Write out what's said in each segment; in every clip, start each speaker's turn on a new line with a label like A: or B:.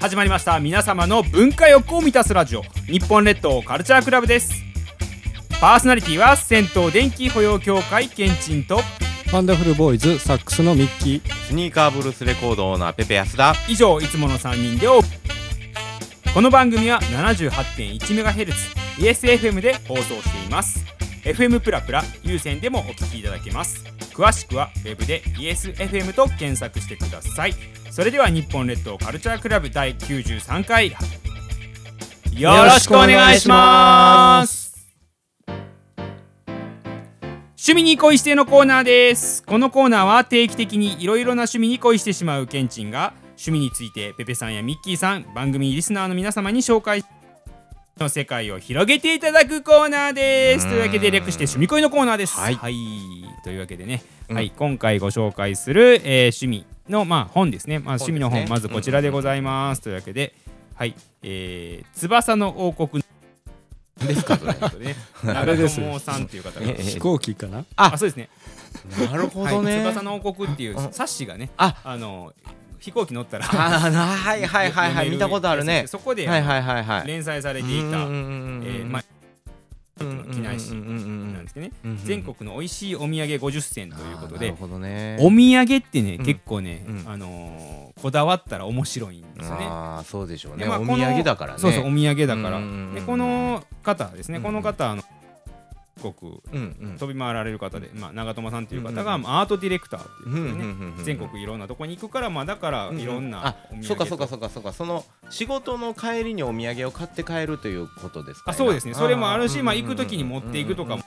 A: 始まりました皆様の文化欲を満たすラジオ日本列島カルチャークラブですパーソナリティは銭湯電気保養協会けんちんと
B: ワンダフルボーイズサックスのミッキー
C: スニーカーブルースレコードオーナーペペ安田
A: 以上いつもの3人でおこの番組は 78.1MHzESFM で放送しています FM プラプラ有線でもお聞きいただけます詳しくはウェブで ESFM と検索してくださいそれでは日本列島カルチャークラブ第93回よろしくお願いします趣味に恋してのコーナーですこのコーナーは定期的にいろいろな趣味に恋してしまうケンチンが趣味についてペペさんやミッキーさん番組リスナーの皆様に紹介の世界を広げていただくコーナーですというわけで略して趣味恋のコーナーです
C: はい
A: というわけでね、はい今回ご紹介する、えー趣味のまあ本ですねまあ趣味の本
C: 本ですね
A: まずこちらでございます、というわけではい、えー、翼の王国 ですかということでね長友さんという方が
C: ええ
B: 飛行機かな
A: あそうですね
C: なるほ
A: はい、翼の王国っていう冊子がねあ
C: あ
A: の飛行機乗ったら
C: あーなはいはいはいはい見たことあるね
A: そこで、
C: はいはいはいはい
A: 連載されていた、
C: うんうんうんうん
A: えーまあ、
C: うん
A: 機内誌
C: うんうんうんうん
A: なんですけどね、
C: うんうんうん
A: 全国の美味しいお土産50選ということ
C: あーな
A: で
C: るほどね
A: お土産ってね、
C: うん
A: 結構ね、
C: うん
A: あのーこだわったら面白いんですよね。
C: ああそうでしょう
A: で
C: ね
A: まあ
C: お
A: こ
C: 土
A: の
C: 産だからね
A: そうそうお土産だから、
C: うんうんうん
A: でこの方ですね、
C: うん
A: この方あの全国
C: うんうん
A: 飛び回られる方で、まあ、長友さんという方が、
C: うんうん
A: まあアートディレクターっていうことでね、
C: うんうんうんうん
A: 全国いろんなとこに行くから、まあ、だからいろんなお土産と、
C: あそうかそうかそうかそうかその仕事の帰りにお土産を買って帰るということですか
A: あそうですねそれもあるし、
C: ー
A: まあ、行く時に持っていくとかも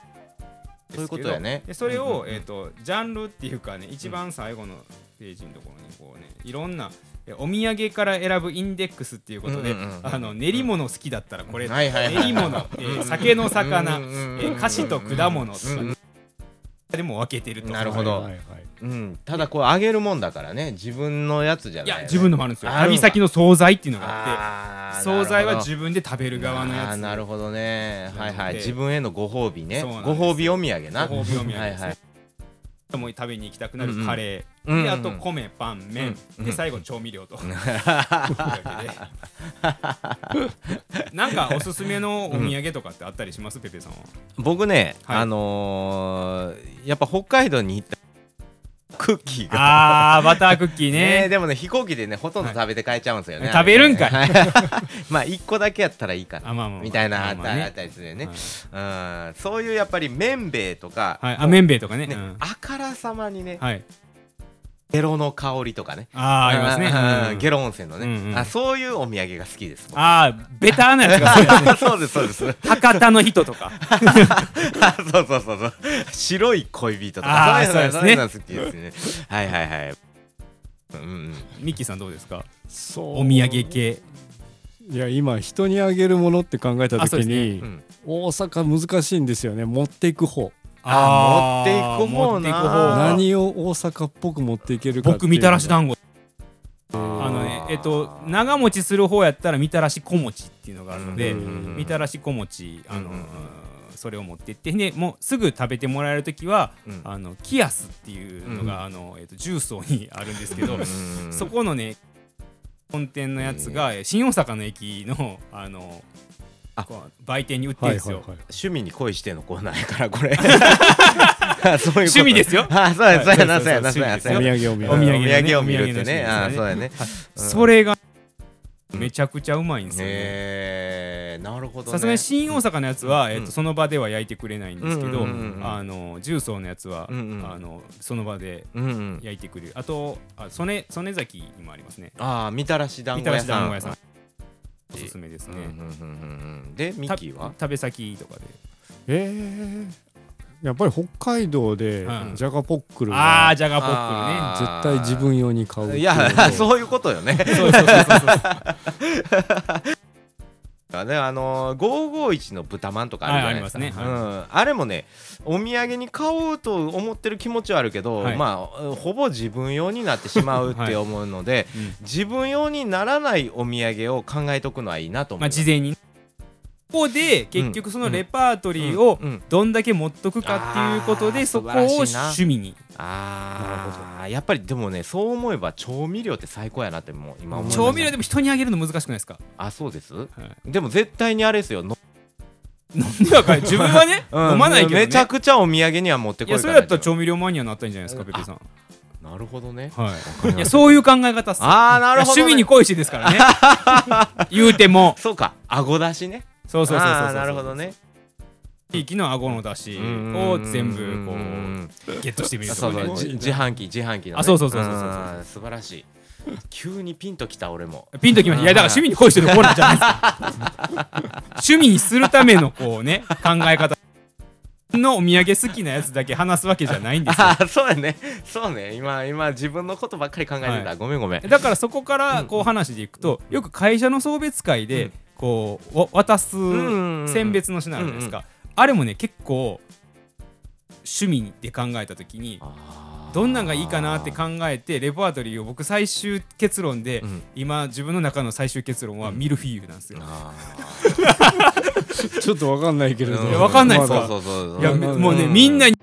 C: そういうことだよね
A: でそれ
C: うんうん
A: を、
C: うん
A: えー、とジャンルっていうかね一番最後のページのところにこうねいろんなえお土産から選ぶインデックスっていうことで、
C: うんうんうん
A: あの練り物好きだったらこれ、
C: はいはいはい
A: 練り物、えー酒の魚、
C: うんうんうんうん
A: えー菓子と果物とか、
C: うんうん
A: でも分けてると
C: なるほど
B: はいはいはい
C: うんただこうあげるもんだからね自分のやつじゃない
A: い
C: よね
A: や自分のもあるんですよ
C: あるん
A: 旅
C: だ
A: 先の惣菜っていうのがあって
C: あーなるほど
A: 惣菜は自分で食べる側の
C: あ
A: や
C: ー
A: つ
C: なるほどねはい
A: なの
C: はい
A: で
C: 自分へのご褒美ね
A: そう
C: ご
A: なんです
C: 褒美お土産な
A: ご褒美お土産ですね
C: はいはい
A: もう食べに行きたくなるカレー、
C: うんうん
A: であ
C: う
A: と
C: んうん
A: 米パン麺、
C: うん
A: で
C: うん
A: 最後調味料 と、というわけでなんかおすすめのお土産とかってあったりします、ペペさんは
C: 僕ね
A: はい
C: あのーやっぱ北海道に行ったクッキーが
A: あーバタークッキー
C: ね
A: ね
C: でもね飛行機でねほとんど食べて帰っちゃうんですよね
A: 食べるんかい
C: はい まあ1個だけやったらいいか
A: あま
C: な
A: あまあまあ
C: みたいなあっ
A: まあまあね
C: たあったりするよねうんそういうやっぱり麺べいとか
A: はい、あ麺んべいとかね
C: ね
A: うん
C: あからさまにね
A: はい
C: ゲロの香りとかね
A: ああありますね、
C: うん
A: うん
C: ゲロ温泉のね、
A: うんうん
C: あそういうお土産が好きです僕
A: ああベターなやつが好きだ
C: そうですそうです
A: 博多の人とか
C: あそうそうそうそう白い恋人と
A: あー
C: かそういうの
A: そうですね
C: そういうの好きですねはいはいはいうんうん
A: ミッキーさんどうですか
B: そう
A: お土産系
B: いや今人にあげるものって考えた
A: あそうで
B: 時
A: す
B: に、
C: うん
B: 大阪難しいんですよね持っていく方
C: あー
A: ー
C: 持っていく方な
A: 持っていく方
B: 何を大阪っぽく持っていけるかっていう
A: 僕みたらし団子
C: あ
A: あのねえっと長持ちする方やったらみたらし小餅っていうのがあるので、
B: うんうんうん
A: みたらし小餅あの、
C: うんうんうん
A: それを持ってってでもうすぐ食べてもらえる時は、
C: うん
A: あのキアスっていうのが、
C: う
A: あのえっと、重曹にあるんですけど、
C: うん
A: そこのね本店のやつが、えー新大阪の駅のあの
C: あ
A: こう売店に売ってる
B: は
A: ん
B: い
A: です
B: はい
A: よ。
B: はい
C: 趣味に恋してのコーナーやからこ れそういうこと
A: 趣味ですよ
C: あそうやそうやなそうや
A: は
C: ないそ
A: そううそう
C: やそう
A: 趣味
B: お
C: や
B: 土産お
A: お
B: 土
A: 土産
B: 産
A: ね
C: お土産を見るっ
A: お土
C: てね
A: 産の趣
C: あ
A: 味ですね
C: そうやねうん
A: それがめちゃくちゃうまいんですよね。
C: へえなるほどね
A: さすがに新大阪のやつは、えー、
C: う
A: と
C: ん
A: その場では焼いてくれないんですけど、
C: うんうんうんうん
A: あの重曹のやつは、
C: うんうん
A: あのその場で
C: うんうん
A: 焼いてくれるあとあ曽根曽根崎にもありますね
C: ああみたらし団
A: みた
C: 子
A: ら
C: 屋
A: し団子
C: さ
A: 屋さん、
C: ん
A: おすすめです
C: うんうん
A: ね、
C: うんうんうんでミッキーは
A: た食べ先とかで
B: えー、やっぱり北海道で
A: うん
B: ジャガポックル
A: ああ
B: は
A: ーじゃがポッ
B: 絶対自分用に買うって
C: いう
B: のと
C: やそういうことよね
A: クルねそうそうそうそうそう
C: あねあのー、551の豚まんとかあるじゃないですか、
A: はいありますね
C: うん、あれもねお土産に買おうと思ってる気持ちはあるけど、
A: はい
C: まあうんほぼ自分用になってしまう
A: は
C: っ
A: い
C: て思うので、
A: うん
C: 自分用にならないお土産を考えとくのはいいなと思
A: ま
C: い
A: あ
C: ます、
A: 事前にこで結局そのレパートリーを
C: うんうん
A: どんだけ持っとくかっていうことで
C: あー
A: そこを
C: 素晴らしいな
A: 趣味に
C: ああやっぱりでもねそう思えば調味料って最高やなってもう今思いました
A: 調味料でも人にあげるの難しくないですか
C: あそうです、
A: い
C: でも絶対にあれですよ、の
A: なんでわかる自分はね
C: うん
A: 飲まないけどね
C: めちゃくちゃお土産には持って
A: い
C: こい
A: や
C: か
A: そ
C: な
A: れ
C: い
A: だ
C: と
A: ったら調味料マニアになったんじゃないですか
C: うん
A: ペペさん
C: なるほどね
A: はいいやそういう考え方っす
C: ああなるほど、ね、
A: 趣味に恋しいです からね言うても
C: そうか顎出しね
A: そうそうそうそう
C: あ
A: そ
C: ー
A: う
C: なるほどね
A: 地域の顎の出し
C: うん
A: を全部こ
C: んんん
A: うゲットしてみる
C: あ
A: とか
C: そう
A: ね
C: そうじ自販機自販機の、ね、
A: あそうそうそうそうそうん
C: 素晴らしい急にピンときた俺も
A: ピンときましたいやだから趣味に恋してるコーナーじゃないですか趣味にするためのこうね考え方のお土産好きなやつだけ話すわけじゃないんですよ
C: あーそうやねそうね今今自分のことばっかり考えてた、
A: はい
C: ごめんごめん
A: だからそこからこう話でいくとよく会社の送別会
C: う
A: で
C: ん
A: こうわ渡す
C: んうんうん
A: 選別の品あるじゃないですかあれもね結構趣味で考えた時に
C: あー
A: どんなんがいいかなって考えてレパートリーを僕最終結論で、
C: うん
A: 今自分の中の最終結論はミルフィーユなんですよ、
C: あ
B: ちょっとわかんないけれど
C: ー
A: いやわかんないっすか
B: まだ
C: そうそうそうそう
A: いや
B: うん
A: めもうね、みんなに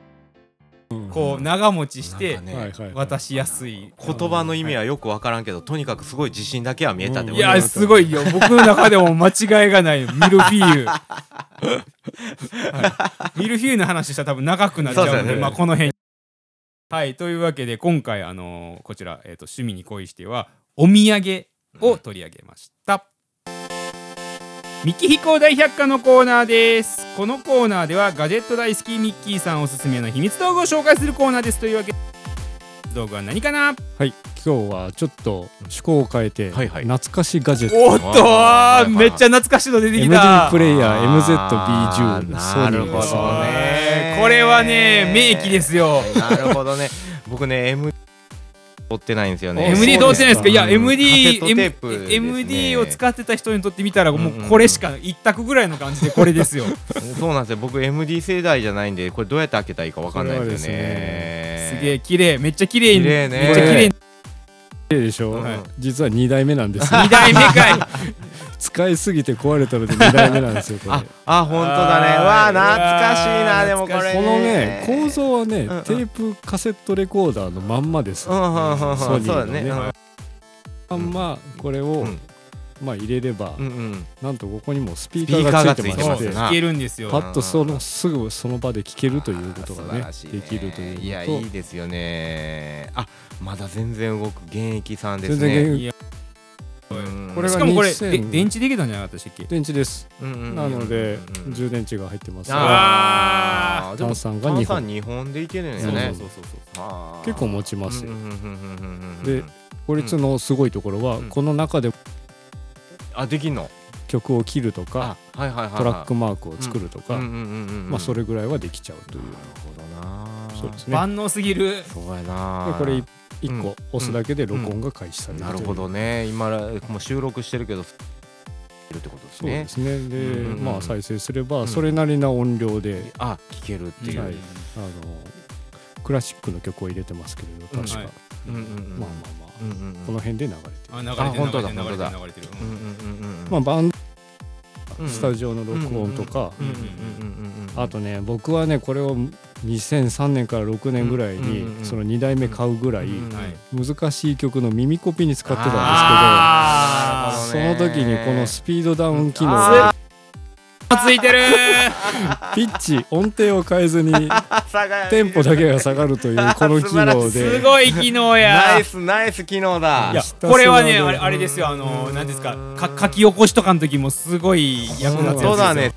A: こう長持ちし
C: な
A: て
C: んかね
B: はいはい
A: 渡しやすい、
C: 言葉の意味はよくわからんけど、とにかくすごい自信だけは見えたって
B: う
A: い、
B: ん
C: こ
B: は
C: と
B: い
C: ね
A: やすごいよ僕の中でも間違いがないミルフィーユ、はいミルフィーユの話したら多分長くなっちゃうの
C: そ
A: で
C: うですね
A: まあ、この辺はいというわけで今回あのーこちら、えーと「趣味に恋して」はお土産を取り上げました、ミッキー飛行大百科のコーナーですこのコーナーではガジェット大好きミッキーさんおすすめの秘密道具を紹介するコーナーですというわけで道具は何かな
B: はい今日はちょっと趣向を変えて
C: はいはい
B: 懐かしガジェット
A: おっと
C: はいはいはい
A: めっちゃ懐かしいの出てき
B: MD
A: た
B: プレイヤ
C: あ
B: ー
C: ー
B: MZB10
C: なるほどね
A: これはね名機ですよ
C: なるほどね。僕ね M 持ってないんですよね。
A: MD どうしてないですかいや
B: うん
A: MD
C: カセットテープですね
A: MD を使ってた人にとってみたらも
C: うん
A: う
C: うん
A: これしか一択ぐらいの感じでこれ ですよ
C: そうなんですよ。僕 MD 世代じゃないんで、これどうやって開けたらいいかわかんないですよね。
A: すげえ綺麗めっちゃ綺麗に
C: 綺麗ね
A: めっちゃ綺 麗に
B: でしょ、
C: はい
B: 実は2代目なん ですよ
A: 2代目かい
B: 使いすぎて壊れたので2代目なんですよこれ
C: あ、あ、本当だね。
A: あー
C: わあ、懐かしい
A: あー
C: な。でもこれ。
B: このね構。造はね、
C: んうん
B: テープカセットレコーダーのまんまです、
C: うんうんうんうん。
B: ソ
C: そう
B: ニー
C: だ
B: の
C: ね
B: ね。まんまこれを、
C: うん
B: まあ入れれば、
C: うんうん。
B: なんとここにもスピーカーが ついてま
C: スピーカー
B: し
C: がつい
B: て
C: てます
A: 弾けるんですよ
B: パッとそのすぐその場で聞けるということがね
C: あー素晴らしい
B: できるというのと
C: いやいいですよねあまだ全然動く現役さんですね
B: 全然現
A: いや
C: うん
B: これ
A: し
B: が
A: かもこれ
B: 2000
A: で電池できたんじゃなかったでしたっけ
B: 電池です、
C: うんうんうん
B: なので、
C: うんうん
B: 充電池が入ってます
C: あーでも
B: 炭酸が
C: 炭
B: 2
C: 酸
B: 本
C: 2本でいけるん
A: そ
C: や
A: うそ
C: ね
A: うそうそうそう
C: あー
B: 結構持ちますよ、
C: うんうんうんうんうん
B: でこれつのすごいところは、
C: うん
B: この中で
C: あできんの
B: 曲を切るとか、
C: はいはいはいはい
B: トラックマークを作るとか、
C: うんうんうんうんうん
B: まあ、それぐらいはできちゃうという、
C: なるほどな
B: そうですね
A: 万能すぎる
C: そうやな
B: でこれ
C: うん
B: い一個押すだけで録音が開始される
C: なる
B: という
C: ほどね今もう収録してるけどいるってことです
B: そう
C: ね
B: ですねで、
C: うんうん
B: まあ再生すれ
C: う
B: ば
C: ん
B: それなりな音量で、
C: あ聞けるっていう
B: はいあのクラシックの曲を入れてますけれど確か、
A: うんはい
C: うんうんうん
B: まあまあまあ、
C: うんうんうん
B: この辺で流れてる、
A: あ流れ
C: あ
A: て
C: 本当
A: る
C: だ
A: 流れてる
C: 本当だ
A: 流れてる
C: うんうんうんうん
B: まあバンド
C: うん
B: スタジオの録音とか、
C: うんうんうんうん
B: あとね僕はねこれを2003年から6年ぐらいに、
C: うんうんうん
B: その2代目買うぐらい、
C: うんうん
A: はい
B: 難しい曲の耳コピに使ってたんですけど
A: あ
C: ー
B: その時にこのスピードダウン機能
C: あ
A: ついてる
B: ピッチ音程を変 えずに
C: 朝が
B: テンポだけが下がるというこの機能
A: す
B: で
A: ごい機能
C: ナ
A: や
C: イスナイス機能だ
A: いや
B: ひたすら
A: これはね
B: どう
A: あれあれですよあの何ですかか書き起こしとかの時もすごい役立つやつです
C: そ
A: よ
C: うだね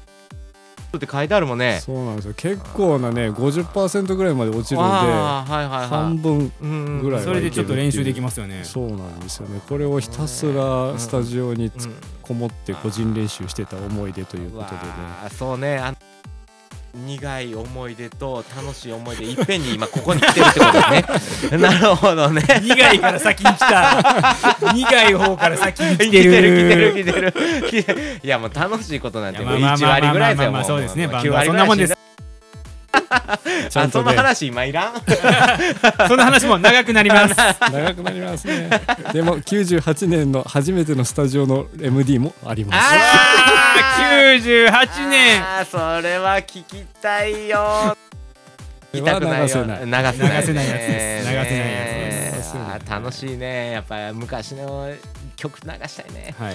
C: って書いてあるもんね
B: そうなんですよ結構なね50%ぐらいまで落ちるんで
C: あーはいはいはい
B: 半分
C: 分
B: ぐらい
A: それでちょっと練習できますよね
B: そうなんですよねこれをひたすらスタジオにつこもって個人練習してた思い出ということでね
C: そうねあの苦い思い出と楽しい思い出いっぺんに今ここに来てるってことで すねなるほどね
A: 苦いから先に来た苦い方から先に来
C: 来
A: て
C: て
A: る
C: る来てる来てる来てるいやもう楽しいことなんてもう1割ぐらいですよも
A: そうですね
C: も
A: バン
C: 9
A: ドは
C: 割
A: そん
C: ぐ
A: な
C: ら
A: いもんです
C: あ
B: ちゃん
C: そ
B: と
C: の
B: ね
C: 話今いらん
A: そんな話も長くなります
B: 長くなりますねでも98年の初めてのスタジオの MD もあります
C: あ
A: 98年
C: あーそれは聞きたいよ
B: れ
C: 聞
B: は
C: たくない
B: 流
C: よ
B: せない
C: 流せない
A: 流せないやつです流せ
C: ね
A: ないやつ
B: です
C: ねあー楽しいねやっぱ昔の曲流したいね、
B: はい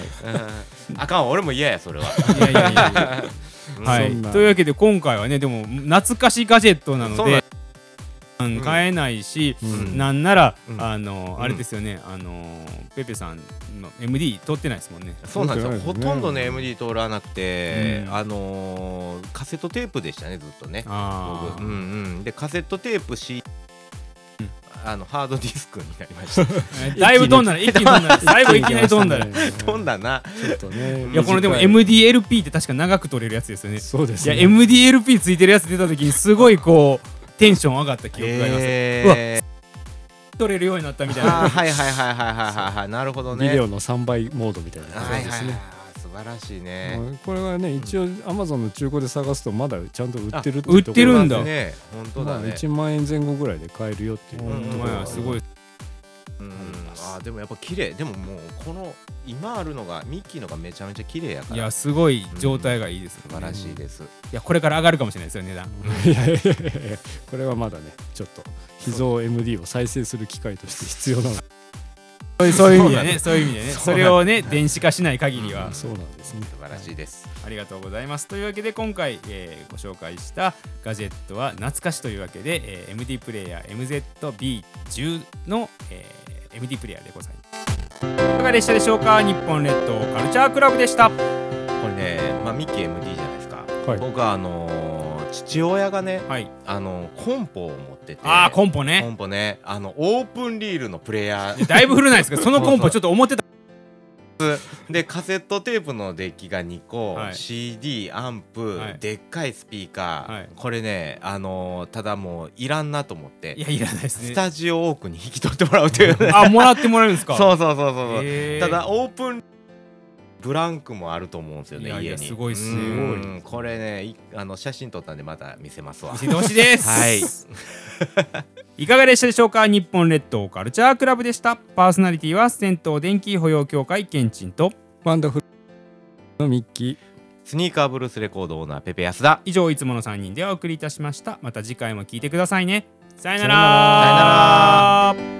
C: うん、あかん俺も嫌やそれはい
A: やいやいやは
B: そん
A: い
B: な
A: というわけで今回はねでも懐かしガジェットなの
C: そう なん
A: でうん買えないし、
B: うん
A: なんなら、
C: うん
A: あの
C: うん
A: あれですよね、あのペペさんの MD 取ってないですもんね。
C: そうなんですよ、
B: そうだよ
C: ほ
B: ね
C: とんどね MD 通らなくて、
A: うん
C: あのーカセットテープでしたねずっとね
A: あ
C: 僕
A: ー
C: うんうんでカセットテープし、あのハードディスクになりま した
A: え だいぶ飛んだ ね、一気に飛んだね、だいぶいきなり飛んだね。
C: 飛んだな
B: ちょっとね
A: いや、このでも MDLP って確か長く取れるやつですよね。
B: そうです
A: いや、
B: ね
A: MDLP ついてるやつ出た時に、すごいこう、テンション上がった記憶があります。
C: え
A: 取れるようになったみた
C: ー、
A: いな。
C: あーはいはいはいはいはいはいはいなるほどね
B: ビデオの3倍モードみたいな
C: は
B: 感
C: い
B: じで
C: は
B: す
C: い、はい
B: ね、
C: 素晴らしいね
B: うんこれはね一応アマゾンの中古で探すとまだちゃんと売ってるって
A: あ売ってるんだ
C: そうね本当
B: ま
C: だ
B: あ
C: ね、
B: 1万円前後ぐらいで買えるよっていう
A: ほん
B: とこ
A: ま
B: ろ
A: や、すごい。
C: うんあーでもやっぱ綺麗でももうこの今あるのがミッキーのがめちゃめちゃ綺麗やか
A: い
C: ら
A: や、すごい状態がいいです、
C: 素晴らしいです、
A: いや、これから上がるかもしれないですよ、値段。
B: いやいやいやいやこれはまだねちょっと秘蔵 MD を再生する機械として必要なの
A: そういうそういう意味でね、そういう意味でね、
C: そう
A: それをね、電子化しない限りは
B: が。そうなんですね
C: 素晴らしいです、
A: ありがとうございます。というわけで今回、えーご紹介したガジェットは懐かしというわけで、えー MD プレイヤー MZB10 の、えー MD プレイヤーでございます。いかがでしたでしょうか日本列島カルチャークラブでした。は
C: これね、まあ、ミッキー MD じゃないですか、
B: はい
C: 僕はあのー父親がね、
A: い。
C: あのーコンポを持ってて
A: ああ、コンポ
C: ポ
A: ね。
C: ねあのオープンリールのプレイヤー
A: だいぶ古ないですけ ど、そのコンポちょっと思ってた。
C: でカセットテープのデッキが2個、
A: はい
C: CD アンプ、
A: はい
C: でっかいスピーカー、
A: はい
C: これね、あのーただもういらんなと思って
A: いや、いらないです
C: ス
A: ね。
C: タジオを奥に引き取ってもらうという ね
A: あ、もらってもらえるんです
C: そう
A: か。
C: そうそうそうそう、
A: へー
C: ただオープンブランクもあると思うんですよね
A: いやいや
C: 家に
A: すごいっすね
C: うんこれねいあの写真撮ったんでまた見せますわ
A: 見せてほしいです。
C: はい。
A: いかがでしたでしょうか日本列島カルチャークラブでした。パーソナリティは銭湯電気保養協会ケンチンと
B: ワンダフルのミッキー
C: スニーカーブルースレコードオーナーペペ安田
A: 以上いつもの3人でお送りいたしましたまた次回も聞いてくださいねさよなら
B: さよな
C: ら
A: なら